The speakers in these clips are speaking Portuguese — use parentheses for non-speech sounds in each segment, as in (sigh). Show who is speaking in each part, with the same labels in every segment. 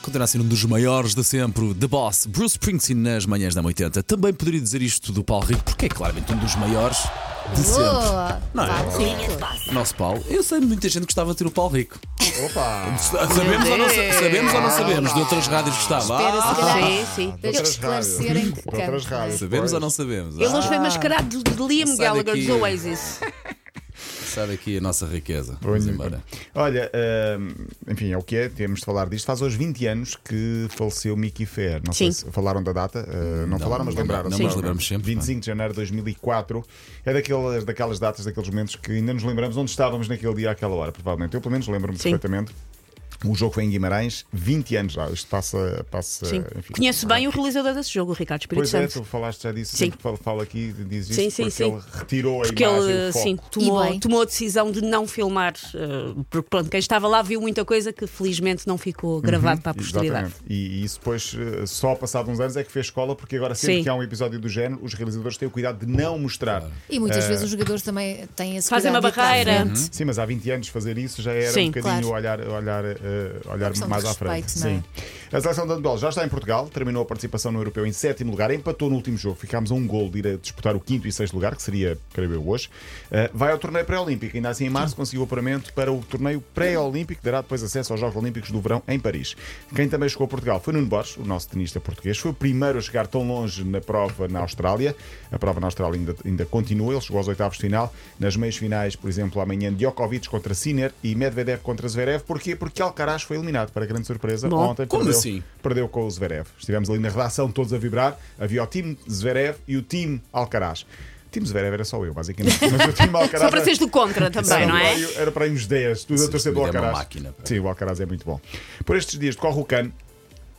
Speaker 1: continua a ser um dos maiores de sempre, The Boss, Bruce Springsteen nas manhãs da 80. Também poderia dizer isto do Paulo Rico, porque é claramente um dos maiores de sempre.
Speaker 2: Boa!
Speaker 1: Não é?
Speaker 2: Vá, Rico.
Speaker 1: Nosso Paulo, eu sei muita gente que gostava de ter o Paulo Rico.
Speaker 3: Opa!
Speaker 1: Sabemos ou não, sa- sabemos ou não sabemos? De outras rádios gostava. Ah,
Speaker 2: Sim, sim.
Speaker 3: De outras rádios.
Speaker 2: esclarecerem que
Speaker 3: De outras
Speaker 2: canta.
Speaker 3: rádios.
Speaker 1: sabemos ou
Speaker 3: pois.
Speaker 1: não sabemos?
Speaker 4: Ele
Speaker 3: Ah.
Speaker 4: hoje foi mascarado de- de Liam
Speaker 1: Sai
Speaker 4: Gallagher
Speaker 1: daqui.
Speaker 4: dos Oasis.
Speaker 3: É,
Speaker 1: Sai daqui Ah, a nossa riqueza. Vamos
Speaker 3: Ponho-
Speaker 1: embora.
Speaker 3: Olha, hum, enfim, é o que é, temos de falar disto. Faz hoje 20 anos que faleceu Mickey Fair. Não sei
Speaker 4: Sim.
Speaker 3: se falaram da data, uh, não, falaram, mas
Speaker 1: não, não,
Speaker 3: lembraram.
Speaker 1: é?
Speaker 3: se
Speaker 1: mas lembramos sempre,
Speaker 3: 25 de janeiro de 2004 é daquelas, daquelas datas, daqueles momentos que ainda nos lembramos onde estávamos naquele dia, àquela hora, provavelmente. Eu, pelo menos, lembro-me
Speaker 4: Sim.
Speaker 3: perfeitamente. O jogo foi em Guimarães, 20 anos já. Isto passa. passa
Speaker 4: Sim.
Speaker 3: enfim,
Speaker 4: Conheço bem o realizador desse jogo, o Ricardo Espírito
Speaker 3: Pois é, tu
Speaker 4: Santo.
Speaker 3: falaste já disso,
Speaker 4: Sim.
Speaker 3: sempre falo, falo aqui, diz isso,
Speaker 4: Sim, sim,
Speaker 3: porque
Speaker 4: sim.
Speaker 3: ele retirou a
Speaker 4: Porque
Speaker 3: imagem,
Speaker 4: ele
Speaker 3: o foco.
Speaker 4: sim,
Speaker 2: E
Speaker 4: tomou,
Speaker 2: bem.
Speaker 4: tomou a decisão de não filmar, eh, porque pronto, quem estava lá viu muita coisa que felizmente não ficou gravado para a posteridade.
Speaker 3: Uhum. Exatamente. E, e isso depois, eh, só passado uns anos, é que fez escola, porque agora sempre
Speaker 4: Sim.
Speaker 3: que há um episódio do género, os realizadores têm o cuidado de não mostrar.
Speaker 2: E
Speaker 3: É.
Speaker 2: muitas vezes os jogadores também têm esse
Speaker 4: Fazem uma
Speaker 2: cuidado de ir para a
Speaker 4: barreira.
Speaker 2: frente.
Speaker 3: Sim, mas há 20 anos fazer isso já era
Speaker 4: Sim,
Speaker 3: um
Speaker 2: claro.
Speaker 3: bocadinho olhar, olhar, eh, olhar
Speaker 2: É questão de
Speaker 3: mais à
Speaker 2: respeito,
Speaker 3: frente.
Speaker 2: não é?
Speaker 3: Sim. A seleção de handball já está em Portugal, terminou a participação no europeu em sétimo lugar, empatou no último jogo, ficámos a um gol de ir a disputar o quinto e sexto lugar, que seria, creio eu, hoje. Eh, vai ao torneio pré-olímpico, ainda assim em março conseguiu o apuramento para o torneio pré-olímpico, que dará depois acesso aos Jogos Olímpicos do Verão em Paris. Quem também chegou a Portugal foi Nuno Borges, o nosso tenista português, foi o primeiro a chegar tão longe na prova na Austrália. A prova na Austrália ainda, ainda continua, ele chegou aos oitavos de final. Nas meias finais, por exemplo, amanhã Djokovic contra Sinner e Medvedev contra Zverev. Porquê? Porque Alcaraz foi eliminado, para grande surpresa,
Speaker 4: Bom,
Speaker 3: ontem.
Speaker 1: como
Speaker 3: perdeu,
Speaker 1: assim?
Speaker 3: Perdeu com o Zverev. Estivemos ali na redação todos a vibrar. Havia o time Zverev e o time Alcaraz. O time Zverev era só eu, basicamente. Mas o time Alcaraz
Speaker 4: Só para seres do contra também,
Speaker 3: era,
Speaker 4: não é?
Speaker 3: para aí- era para aí uns 10, tudo a
Speaker 1: Esse
Speaker 3: torcer do
Speaker 1: indivíduo é uma
Speaker 3: Alcaraz.
Speaker 1: máquina, pá.
Speaker 3: Sim, o Alcaraz é muito bom. Por estes dias decorre o CAN,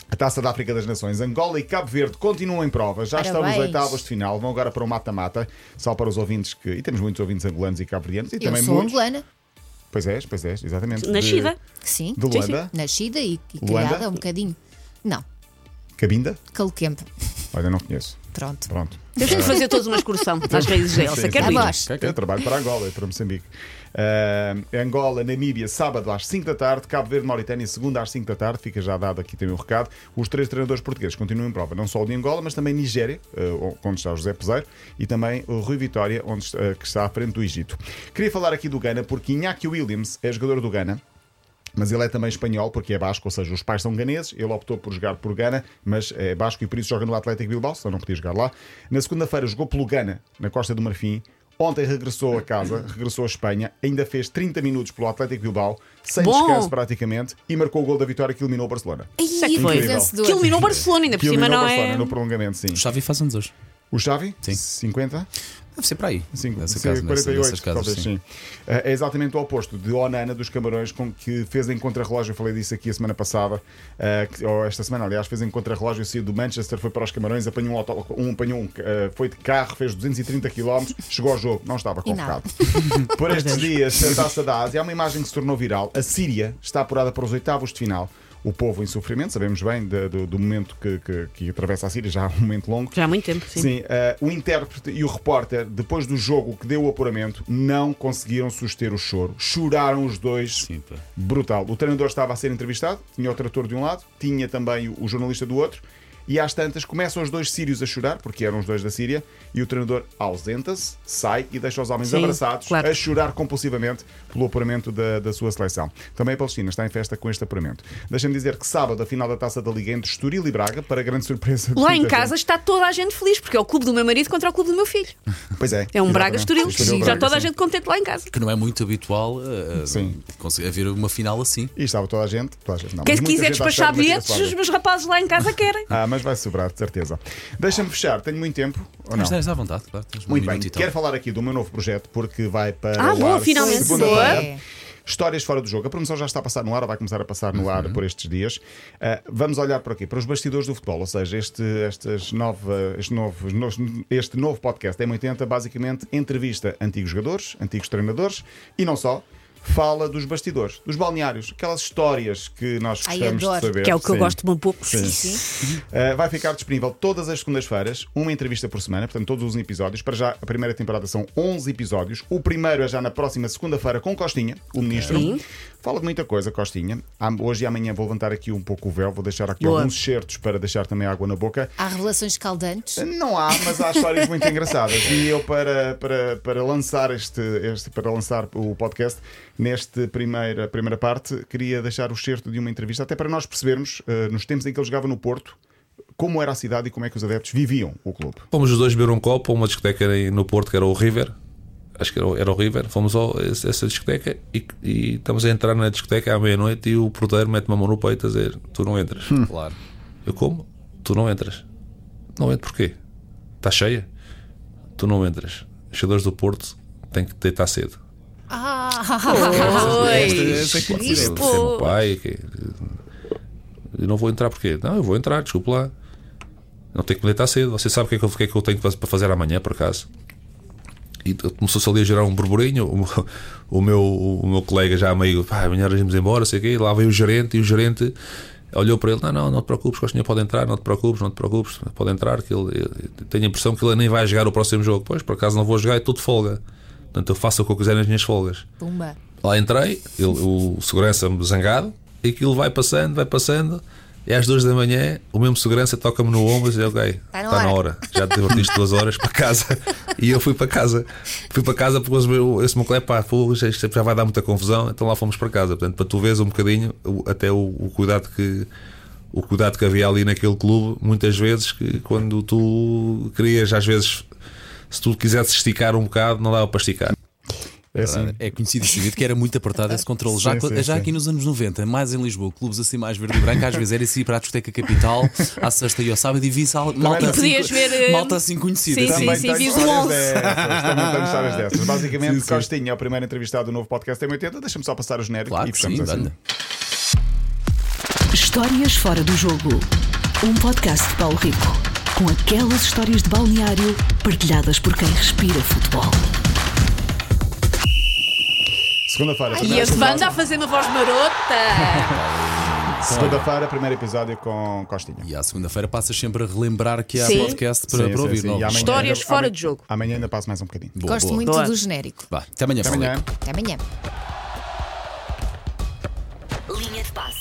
Speaker 3: a Taça da África das Nações. Angola e Cabo Verde continuam em prova. Já estão nos
Speaker 2: Parabéns.
Speaker 3: oitavos de final. Vão agora para o mata-mata. Só para os ouvintes que. E temos muitos ouvintes angolanos e cabo-verdianos. E
Speaker 2: Eu
Speaker 3: também
Speaker 2: sou
Speaker 3: muitos.
Speaker 2: angolana,
Speaker 3: Pois és, pois és, exatamente.
Speaker 4: Nascida.
Speaker 2: sim.
Speaker 3: De, de Luanda,
Speaker 2: Nascida e, e
Speaker 3: Luanda?
Speaker 2: criada um bocadinho. Não,
Speaker 3: Cabinda.
Speaker 2: Caluquempe.
Speaker 3: Olha, não conheço.
Speaker 2: Pronto.
Speaker 3: Pronto.
Speaker 4: Temos de fazer todos uma
Speaker 3: (laughs)
Speaker 4: excursão às raízes da Elsa.
Speaker 3: Sim,
Speaker 4: Quero
Speaker 2: sim.
Speaker 4: ir.
Speaker 2: Agora. Gosto.
Speaker 3: Eu trabalho para Angola e para Moçambique. Ah, Angola, Namíbia, sábado às 5 da tarde. Cabo Verde, Mauritânia, segunda às 5 da tarde. Fica já dado aqui também o recado. Os três treinadores portugueses continuam em prova. Não só o de Angola, mas também Nigéria, ah, onde está o José Peseiro, e também o Rui Vitória, onde, ah, que está à frente do Egito. Queria falar aqui do Ghana, porque Iñaki Williams é jogador do Ghana. Mas ele é também espanhol, porque é basco, ou seja, os pais são ganeses. Ele optou por jogar por Gana, mas é basco e por isso joga no Atlético Bilbao, senão não podia jogar lá. Na segunda-feira jogou pelo Gana, na Costa do Marfim. Ontem regressou a
Speaker 4: (clears throat)
Speaker 3: casa, regressou à Espanha, ainda fez 30 minutos pelo Atlético Bilbao, sem
Speaker 4: Bom.
Speaker 3: descanso praticamente, e marcou o gol da vitória que eliminou o Barcelona.
Speaker 4: Isso é que foi.
Speaker 3: Incrível.
Speaker 2: vencedor.
Speaker 4: Que eliminou o Barcelona, ainda por
Speaker 3: Que
Speaker 4: cima,
Speaker 3: eliminou o
Speaker 4: não
Speaker 3: Barcelona
Speaker 4: é?
Speaker 3: no prolongamento, sim.
Speaker 1: O Xavi faz anos hoje.
Speaker 3: O Xavi?
Speaker 1: Sim.
Speaker 3: 50?
Speaker 1: Deve ser para aí.
Speaker 3: Cinco-
Speaker 1: Deve ser
Speaker 3: sim,
Speaker 1: caso, nessa-
Speaker 3: 48,
Speaker 1: nessas casas,
Speaker 3: talvez,
Speaker 1: sim.
Speaker 3: sim. Eh, É exatamente o oposto de Onana dos Camarões, com que fez em contrarrelógio, eu falei disso aqui a semana passada, eh, que- ou esta semana, aliás, fez em contrarrelógio, saiu do Manchester, foi para os Camarões, apanhou um, auto, um, apanhou um eh, foi de carro, fez 230 km, chegou ao jogo, não estava
Speaker 2: E nada. é. (laughs)
Speaker 3: convocado. Por estes dias, a taça da Ásia, há uma imagem que se tornou viral. A Síria está apurada para os oitavos de final. O povo em sofrimento, sabemos bem da- do, do momento que, que- que atravessa a Síria, já há um momento longo.
Speaker 4: Já há muito tempo, sim.
Speaker 3: Sim, eh, o intérprete e o repórter, depois do jogo que deu o apuramento, não conseguiram suster o choro. Choraram os dois.
Speaker 1: Sim, pá.
Speaker 3: Brutal. O treinador estava a ser entrevistado, tinha o trator de um lado, tinha também o- o jornalista do outro. E às tantas começam os dois sírios a chorar, porque eram os dois da Síria, e o treinador ausenta-se, sai e deixa os homens
Speaker 4: Sim,
Speaker 3: abraçados
Speaker 4: claro.
Speaker 3: a chorar compulsivamente pelo apuramento da, da sua seleção. Também a Palestina está em festa com este apuramento. Deixa-me dizer que sábado a final da Taça da Liga entre Estoril e Braga, para grande surpresa de
Speaker 4: Lá em
Speaker 3: muita gente.
Speaker 4: casa está toda a gente feliz, porque é o clube do meu marido contra o clube do meu filho.
Speaker 3: Pois é.
Speaker 4: É um
Speaker 3: exatamente.
Speaker 4: Braga Estoril.
Speaker 3: Estoril
Speaker 4: Já
Speaker 3: Braga,
Speaker 4: toda a
Speaker 3: sim.
Speaker 4: gente contente lá em casa.
Speaker 1: Que não é muito habitual uh, uh,
Speaker 3: Sim.
Speaker 1: conseguir haver uma final assim.
Speaker 3: E estava toda a gente. Toda a gente não,
Speaker 4: Quem
Speaker 3: mas muita
Speaker 4: quiser
Speaker 3: gente à espera
Speaker 4: despachar
Speaker 3: de uma
Speaker 4: bilhetes,
Speaker 3: criança
Speaker 4: os meus rapazes lá em casa querem.
Speaker 3: vaga. Ah, mas vai sobrar, de certeza. Deixa-me fechar, tenho muito tempo. Ou não?
Speaker 1: Mas tens à vontade, claro. Tens um
Speaker 3: Muito bem,
Speaker 1: minuto e
Speaker 4: Então.
Speaker 1: tal.
Speaker 3: quero falar aqui do meu novo projeto porque vai para.
Speaker 4: Ah,
Speaker 3: o
Speaker 4: boa,
Speaker 3: ar
Speaker 4: finalmente.
Speaker 3: segunda-feira.
Speaker 2: Boa.
Speaker 3: Histórias fora do jogo. A promoção já está a passar no ar, ou vai começar a passar no
Speaker 4: Uhum.
Speaker 3: ar por estes dias. Ah, vamos olhar por aqui, para os bastidores do futebol, ou seja, este, estas nova, este, novo, no- este novo podcast M80 basicamente entrevista antigos jogadores, antigos treinadores e não só. fala dos bastidores, dos balneários, aquelas histórias que nós
Speaker 2: Ai,
Speaker 3: gostamos de
Speaker 2: adoro.
Speaker 3: saber.
Speaker 4: que é o que eu
Speaker 3: Sim.
Speaker 4: gosto um pouco.
Speaker 2: Sim, sim.
Speaker 3: Uh, vai ficar disponível todas as segundas-feiras, uma entrevista por semana, portanto, todos os episódios. Para já, a primeira temporada são 11 episódios. O primeiro é já na próxima segunda-feira com Costinha, o ministro.
Speaker 4: Sim.
Speaker 3: Fala de muita coisa, Costinha. Am- Hoje e amanhã vou levantar aqui um pouco o véu, vou deixar aqui
Speaker 4: Boa.
Speaker 3: alguns certos para deixar também água na boca.
Speaker 2: Há revelações caldantes.
Speaker 3: Não há, mas há histórias muito engraçadas. E eu, para, para, para lançar este, este para lançar o podcast, nesta primeira, primeira parte, queria deixar o certo de uma entrevista, até para nós percebermos, eh, nos tempos em que ele jogava no Porto, como era a cidade e como é que os adeptos viviam o clube.
Speaker 5: Fomos os dois beber um copo a uma discoteca aí no Porto, que era o River. Acho que era o, era o River. Fomos a essa discoteca e, e estamos a entrar na discoteca à meia-noite e o porteiro mete-me a mão no peito a dizer: Tu não entras.
Speaker 1: Claro.
Speaker 5: Eu como? Tu não entras. Não entro porquê? Está cheia? Tu não entras. Os jogadores do Porto têm que deitar cedo.
Speaker 2: Ah,
Speaker 1: Esta- esta é que pode ser.
Speaker 2: Isto-
Speaker 5: Isso é meu pai. que- Eu não vou entrar porque Não, eu vou entrar, desculpa lá. Não tenho que me deitar cedo. Você sabe o que é que eu, o que é que eu tenho que faz- para fazer amanhã, por acaso? E t- começou-se ali a gerar um burburinho. O, meu- o meu, o meu colega já meio, pá, amanhã nós vamos embora, sei o quê. Lá veio o gerente e o gerente olhou para ele: Não, não, não te preocupes, Costinha pode entrar, não te preocupes, não te preocupes, pode entrar. Que ele, eu tenho a impressão que ele nem vai jogar o próximo jogo. Pois, por acaso não vou jogar, é tudo folga. Portanto, eu faço o que eu quiser nas minhas folgas.
Speaker 2: (laughs) pumba.
Speaker 5: Lá entrei, ele- o segurança zangado, e aquilo vai passando, vai passando, e às duas da manhã o mesmo segurança toca-me no ombro e diz: Ok,
Speaker 2: Tá na
Speaker 5: está na hora, já te divertiste duas horas para casa.
Speaker 2: (laughs)
Speaker 5: E eu fui para casa, fui para casa porque os meu- esse meu colega, pá, fogo, já, isto já vai dar muita confusão, então lá fomos para casa. Portanto, para tu veres um bocadinho o- até o, o cuidado que. O cuidado que havia ali naquele clube, muitas vezes, que quando tu querias, às vezes, se tu quisesse esticar um bocado, não dava para esticar.
Speaker 3: É assim.
Speaker 1: É conhecido e sabido que era muito apertado esse controle. Já,
Speaker 3: Sim,
Speaker 1: co-
Speaker 3: sim,
Speaker 1: já
Speaker 3: sim.
Speaker 1: aqui nos anos 90, mais em Lisboa, clubes assim mais verde e branco, às vezes era assim para a discoteca capital, à sexta e ao sábado, e vi-se al- malta,
Speaker 3: não-
Speaker 1: assim,
Speaker 4: Podias
Speaker 1: co-
Speaker 4: ver, eh,
Speaker 1: malta assim conhecida.
Speaker 4: sim,
Speaker 1: assim.
Speaker 3: Também
Speaker 4: sim,
Speaker 3: tenho
Speaker 4: vi o
Speaker 3: histórias
Speaker 4: 11.
Speaker 3: dessas. Também tenho
Speaker 4: (laughs)
Speaker 3: histórias dessas. Basicamente,
Speaker 1: Sim, sim.
Speaker 3: Costinha é o primeiro entrevistado do novo podcast M80. Deixa-me só passar o genérico
Speaker 1: Claro
Speaker 3: e
Speaker 1: que sim,
Speaker 3: fechamos assim.
Speaker 1: anda.
Speaker 6: Histórias fora do jogo. Um podcast de Paulo Rico. Com aquelas histórias de balneário partilhadas por quem respira futebol.
Speaker 3: Segunda-feira,
Speaker 4: E
Speaker 3: primeiro
Speaker 4: a banda
Speaker 3: episódio.
Speaker 4: a fazer uma voz marota.
Speaker 3: Segunda-feira, primeiro episódio com Costinha.
Speaker 1: E à segunda-feira passas sempre a relembrar que há
Speaker 4: Sim.
Speaker 1: podcast para,
Speaker 3: Sim,
Speaker 1: para
Speaker 3: sim,
Speaker 1: ouvir
Speaker 3: sim.
Speaker 1: novos.
Speaker 3: E amanhã-
Speaker 4: Histórias
Speaker 3: amanhã-
Speaker 4: fora de jogo.
Speaker 3: Amanhã ainda passo mais um bocadinho.
Speaker 1: Boa,
Speaker 2: Gosto
Speaker 1: boa.
Speaker 2: muito
Speaker 4: Boa.
Speaker 2: do genérico.
Speaker 1: Vá, até amanhã,
Speaker 3: Até amanhã.
Speaker 1: Frederico.
Speaker 2: Até amanhã.
Speaker 6: Linha de passe.